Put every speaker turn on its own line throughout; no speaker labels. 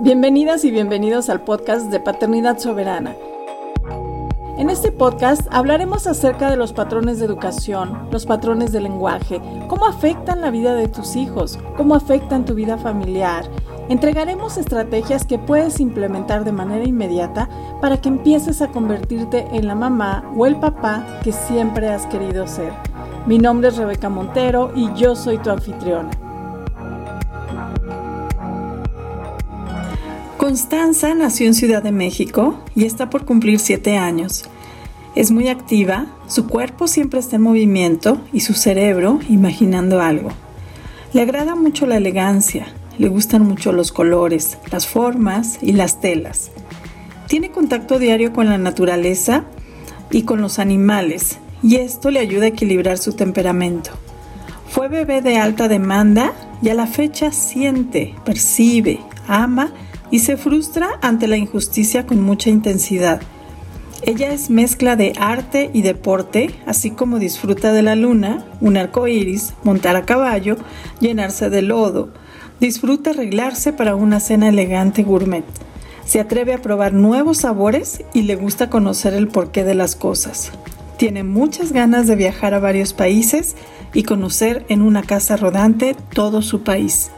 Bienvenidas y bienvenidos al podcast de Paternidad Soberana. En este podcast hablaremos acerca de los patrones de educación, los patrones de lenguaje, cómo afectan la vida de tus hijos, cómo afectan tu vida familiar. Entregaremos estrategias que puedes implementar de manera inmediata para que empieces a convertirte en la mamá o el papá que siempre has querido ser. Mi nombre es Rebeca Montero y yo soy tu anfitriona. Constanza nació en Ciudad de México y está por cumplir 7 años. Es muy activa, su cuerpo siempre está en movimiento y su cerebro imaginando algo. Le agrada mucho la elegancia, le gustan mucho los colores, las formas y las telas. Tiene contacto diario con la naturaleza y con los animales y esto le ayuda a equilibrar su temperamento. Fue bebé de alta demanda y a la fecha siente, percibe, ama y se frustra ante la injusticia con mucha intensidad. Ella es mezcla de arte y deporte, así como disfruta de la luna, un arco iris, montar a caballo, llenarse de lodo. Disfruta arreglarse para una cena elegante gourmet. Se atreve a probar nuevos sabores y le gusta conocer el porqué de las cosas. Tiene muchas ganas de viajar a varios países y conocer en una casa rodante todo su país.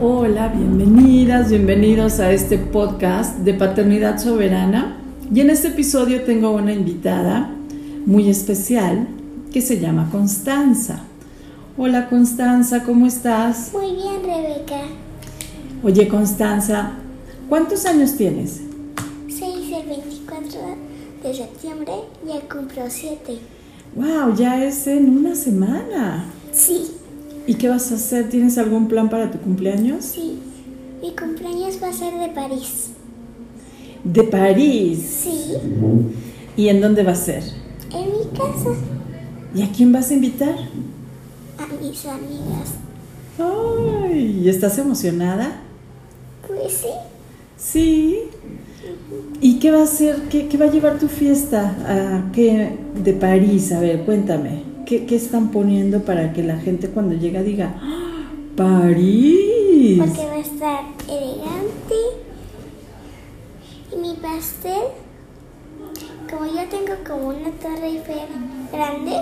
Hola, bienvenidas, bienvenidos a este podcast de Paternidad Soberana. Y en este episodio tengo una invitada muy especial que se llama Constanza. Hola Constanza, ¿cómo estás?
Muy bien, Rebeca.
Oye Constanza, ¿cuántos años tienes?
Se hice el 24 de septiembre, ya cumplo 7.
¡Wow! Ya es en una semana.
Sí,
¿Y qué vas a hacer? ¿Tienes algún plan para tu cumpleaños?
sí. Mi cumpleaños va a ser de París.
De París.
Sí,
¿Y en dónde va a ser?
en mi casa.
¿Y a quién vas a invitar?
A mis amigas.
¡Ay! ¿Estás emocionada?
Pues sí,
Sí. ¿Y qué va a ser? ¿Qué, qué va a llevar tu fiesta? ¿A qué de París? A ver, cuéntame. ¿Qué, qué están poniendo para que la gente cuando llega diga "¡Ah! ¡París!
porque va a estar elegante. Y mi pastel, como yo tengo como una torre Eiffel grande,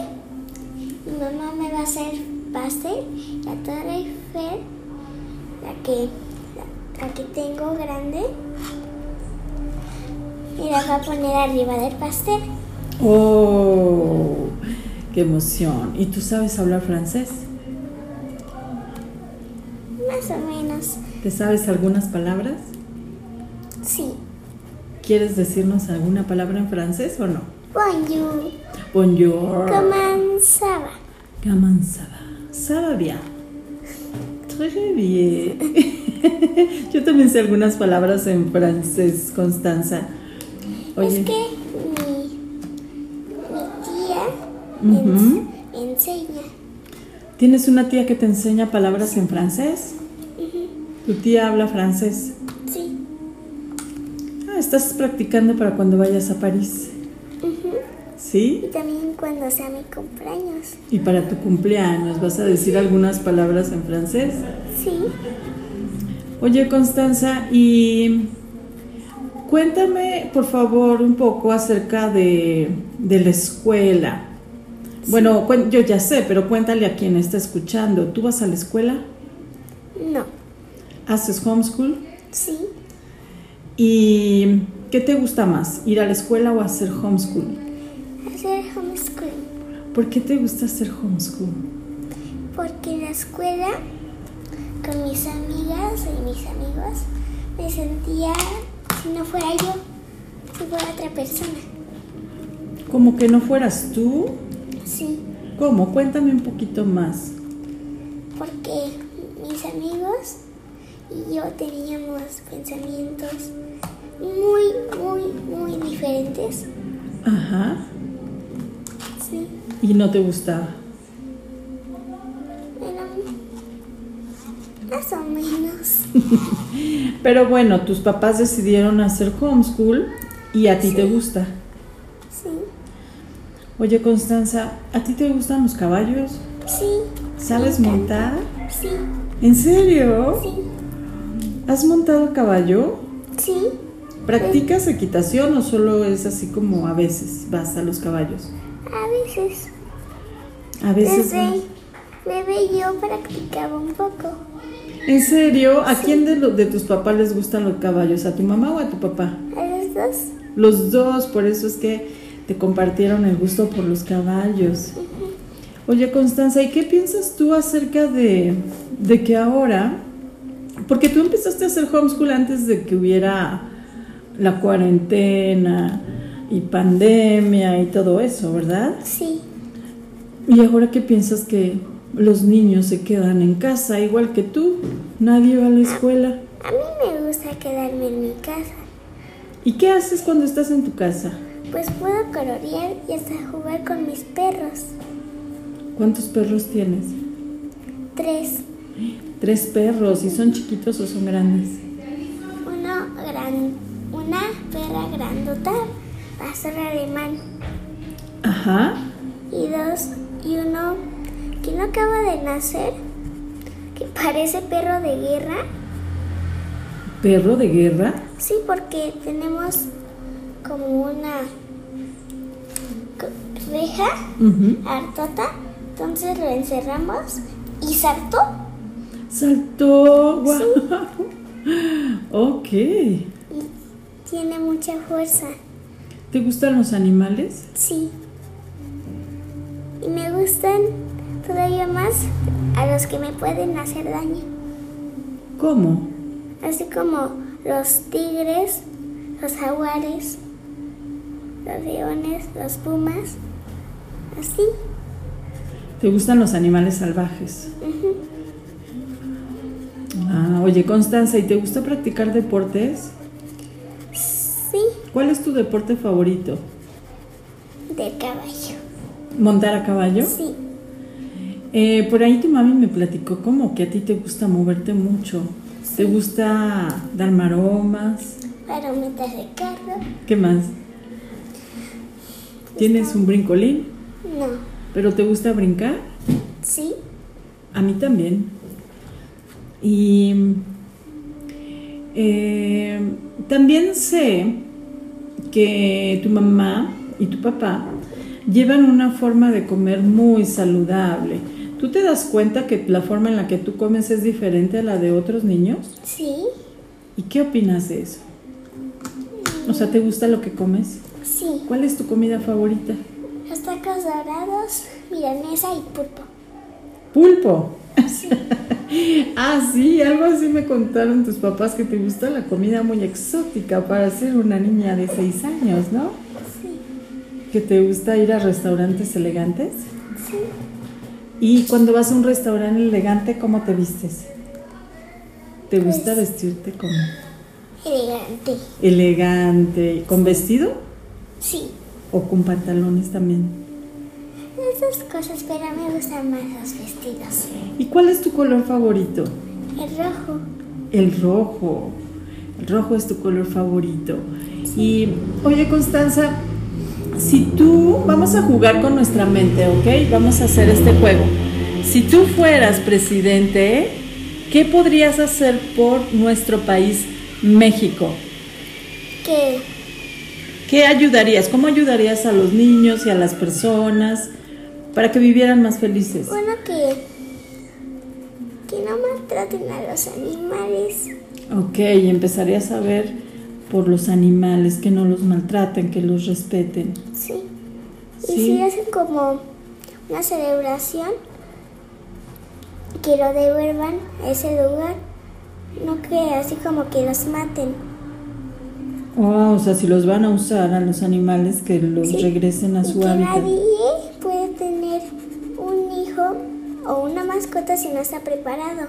mi mamá me va a hacer pastel. La torre Eiffel, la que, la, la que tengo grande, y la va a poner arriba del pastel.
¡Oh! ¡Qué emoción! ¿Y tú sabes hablar francés?
Más o menos,
¿Te sabes algunas palabras?
sí.
¿Quieres decirnos alguna palabra en francés o no?
Bonjour,
Bonjour.
comenzaba.
Comment ça va? Ça va bien. Très bien. Yo también sé algunas palabras en francés, Constanza. Oye,
Es que mi, mi tía me
Ujú.
ens- me enseña.
¿tienes una tía que te enseña palabras en francés? Tu tía habla francés.
Sí,
Ah, estás practicando para cuando vayas a París. ¿Sí?
y también cuando sea mi cumpleaños.
Y para tu cumpleaños, ¿vas a decir algunas palabras en francés?
Sí,
Oye, Constanza, y cuéntame, por favor, un poco acerca de, de la escuela. Bueno, cuen- yo ya sé, pero cuéntale a quien está escuchando. ¿Tú vas a la escuela?
no,
¿Haces homeschool?
sí,
¿Y qué te gusta más, ir a la escuela o hacer homeschool?
hacer homeschooling.
¿Por qué te gusta hacer homeschool?
Porque en la escuela, con mis amigas y mis amigos, me sentía si no fuera yo, si fuera otra persona.
Como que no fueras tú.
Sí,
¿Cómo? Cuéntame un poquito más.
porque mis amigos y yo teníamos pensamientos muy, muy, muy diferentes.
Ajá.
Sí,
Y no te gustaba.
bueno, más o menos.
Pero bueno, tus papás decidieron hacer homeschool y a ti te gusta.
Sí,
Oye, Constanza, ¿a ti te gustan los caballos?
sí,
¿Sabes montar?
Sí,
¿En serio?
sí,
¿Has montado caballo?
sí.
¿Practicas equitación o solo es así como a veces vas a los caballos?
A veces.
A veces vas.
Desde bebé yo practicaba un poco.
¿En serio? ¿A quién de, lo- de tus papás les gustan los caballos? ¿A tu mamá o a tu papá?
A los dos.
Los dos, por eso es que te compartieron el gusto por los caballos. Oye, Constanza, ¿y qué piensas tú acerca de, de que ahora, porque tú empezaste a hacer homeschool antes de que hubiera la cuarentena y pandemia y todo eso, ¿verdad?
Sí.
¿Y ahora qué piensas que los niños se quedan en casa igual que tú? Nadie va a la escuela.
A mí me gusta quedarme en mi casa.
¿Y qué haces cuando estás en tu casa?
Pues puedo colorear y hasta jugar con mis perros.
¿Cuántos perros tienes?
Tres.
Tres perros, ¿y son chiquitos o son grandes?
Uno gran, una perra grandota, pastor alemán.
Ajá.
Y dos, y uno que no acaba de nacer, que parece perro de guerra.
¿Perro de guerra?
Sí, porque tenemos como una co- reja
Ujú.
hartota, entonces lo encerramos y saltó.
Saltó. Guau. Ok.
Tiene mucha fuerza,
¿Te gustan los animales?
sí. Y me gustan todavía más a los que me pueden hacer daño,
¿Cómo?
así como los tigres, los jaguares, los leones, los pumas, así.
¿Te gustan los animales salvajes?
ujú.
Ah, oye, Constanza, ¿y te gusta practicar deportes?
Sí,
¿Cuál es tu deporte favorito?
del caballo.
¿Montar a caballo?
Sí,
Eh, por ahí tu mami me platicó como que a ti te gusta moverte mucho. ¿Te gusta dar maromas?
para metas de carro.
¿Qué más? ¿Tienes un brincolín?
No,
¿Pero te gusta brincar?
sí,
A mí también. Y eh, también sé que tu mamá y tu papá llevan una forma de comer muy saludable. ¿Tú te das cuenta que la forma en la que tú comes es diferente a la de otros niños?
sí,
¿Y qué opinas de eso? O sea, ¿te gusta lo que comes?
sí.
¿Cuál es tu comida favorita?
Los tacos dorados, milanesa y pulpo.
Pulpo. ah, sí, algo así me contaron tus papás que te gusta la comida muy exótica para ser una niña de seis años, ¿no?
Sí,
Que te gusta ir a restaurantes elegantes.
sí.
Y cuando vas a un restaurante elegante, ¿cómo te vistes? ¿Te gusta vestirte como
Elegante.
elegante, con vestido
Sí.
o con pantalones también?
Esas cosas, pero me gustan más los vestidos.
¿Y cuál es tu color favorito?
El rojo.
El rojo. El rojo es tu color favorito. Y oye Constanza, si tú vamos a jugar con nuestra mente, ¿ok? Vamos a hacer este juego. Si tú fueras presidente, ¿qué podrías hacer por nuestro país, México?
Que
¿Qué ayudarías? ¿Cómo ayudarías a los niños y a las personas para que vivieran más felices?
bueno que. Que no maltraten a los animales.
Ok, y empezarías a ver por los animales, que no los maltraten, que los respeten.
Sí. Y
Sí.
si hacen como una celebración, que lo devuelvan a ese lugar. No que así como que los maten.
Ah, o sea, si los van a usar a los animales, que los
Sí.
regresen a
Y
su
que
hábitat.
nadie puede tener un hijo o una mascota si no está preparado.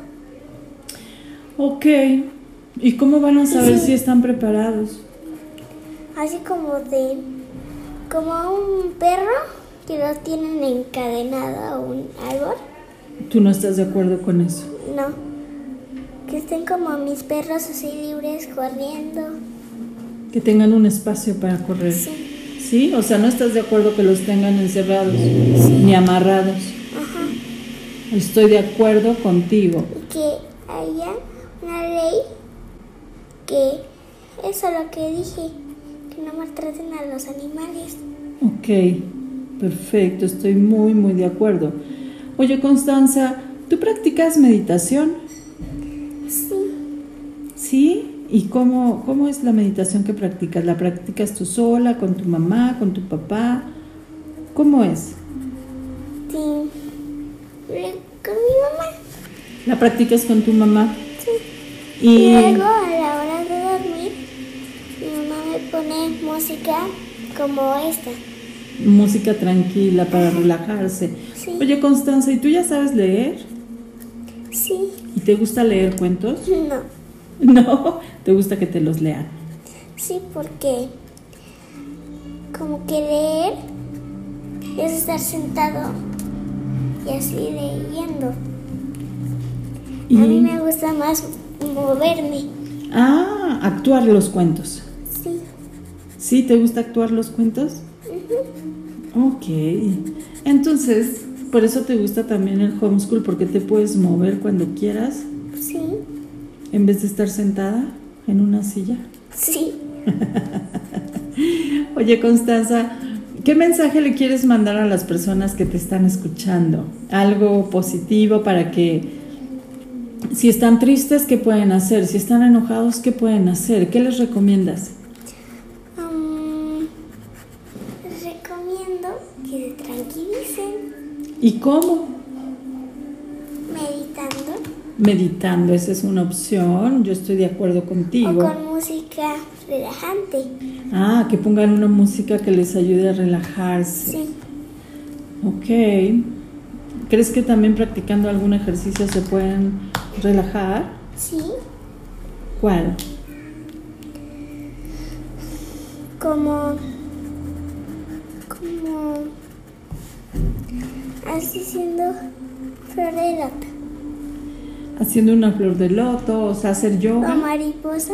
Ok. ¿Y cómo van a saber si están preparados?
Así como de como a un perro que lo tienen encadenado a un árbol.
Tú no estás de acuerdo con eso.
No. Que estén como mis perros así libres corriendo.
Que tengan un espacio para correr.
Sí.
¿Sí? O sea, no estás de acuerdo que los tengan encerrados ni amarrados.
Ajá.
Estoy de acuerdo contigo.
y que haya una ley que eso lo que dije, que no maltraten a los animales.
Ok, perfecto, estoy muy, muy de acuerdo. Oye, Constanza, ¿tú practicas meditación?
Sí,
¿Sí? ¿Y cómo, cómo es la meditación que practicas? ¿La practicas tú sola, con tu mamá, con tu papá? ¿Cómo es?
sí. Luego Con mi mamá.
¿La practicas con tu mamá? Sí.
Y
Y,
luego a la hora de dormir, mi mamá me pone música como esta.
música tranquila para relajarse.
Sí.
Oye, Constanza, ¿y tú ya sabes leer?
Sí,
¿Y te gusta leer cuentos?
no.
No, te gusta que te los lean.
Sí, porque como que leer es estar sentado y así leyendo.
Y,
A mí me gusta más moverme.
Ah, actuar los cuentos.
Sí,
¿Sí? ¿Te gusta actuar los cuentos? Ok. Entonces, por eso te gusta también el homeschool, porque te puedes mover cuando quieras,
sí,
en vez de estar sentada en una silla.
sí.
Oye, Constanza, ¿qué mensaje le quieres mandar a las personas que te están escuchando? Algo positivo para que, si están tristes, ¿qué pueden hacer? Si están enojados, ¿qué pueden hacer? ¿Qué les recomiendas?
Mm, les recomiendo que se tranquilicen
¿Y cómo?
meditando
Meditando, esa es una opción, yo estoy de acuerdo
o
contigo.
con música relajante.
Ah, que pongan una música que les ayude a relajarse.
Sí,
Ok. ¿Crees que también practicando algún ejercicio se pueden relajar?
sí,
¿Cuál?
como, como, así siendo flor de loto
Haciendo una flor de loto, o sea, hacer
o
yoga.
mariposa.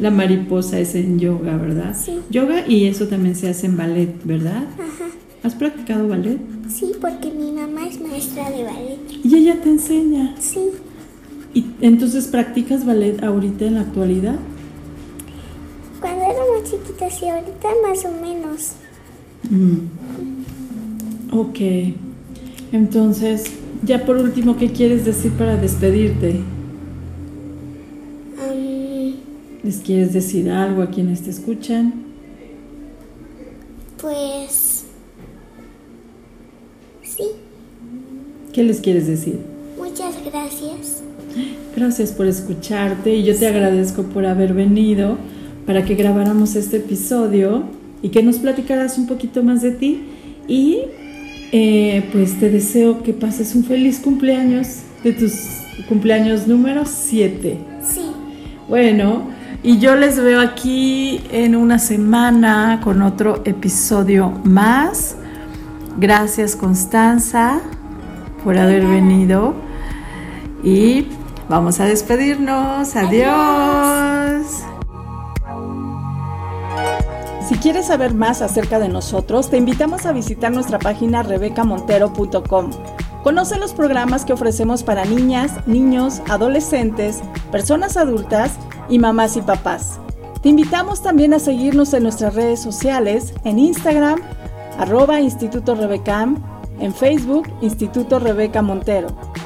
La mariposa es en yoga, ¿verdad?
Sí.
Yoga y eso también se hace en ballet, ¿verdad?
Ajá,
¿Has practicado ballet?
sí, porque mi mamá es maestra de ballet.
Y ella te enseña.
Sí,
¿Y entonces practicas ballet ahorita en la actualidad?
cuando era muy chiquita, sí, ahorita más o menos.
Mm. Ok. Entonces, ya por último, ¿qué quieres decir para despedirte?
Am,
¿Les quieres decir algo a quienes te escuchan?
Pues sí,
¿Qué les quieres decir?
muchas gracias.
Gracias por escucharte y yo te agradezco por haber venido para que grabáramos este episodio y que nos platicaras un poquito más de ti. Y eh, pues te deseo que pases un feliz cumpleaños de tus cumpleaños número 7.
Sí,
Bueno, y yo les veo aquí en una semana con otro episodio más. Gracias Constanza por haber venido. Y vamos a despedirnos. Adiós.
Si quieres saber más acerca de nosotros, te invitamos a visitar nuestra página rebecamontero.com. Conoce los programas que ofrecemos para niñas, niños, adolescentes, personas adultas y mamás y papás. Te invitamos también a seguirnos en nuestras redes sociales, en Instagram, arroba Instituto Rebecam, en Facebook, Instituto Rebeca Montero.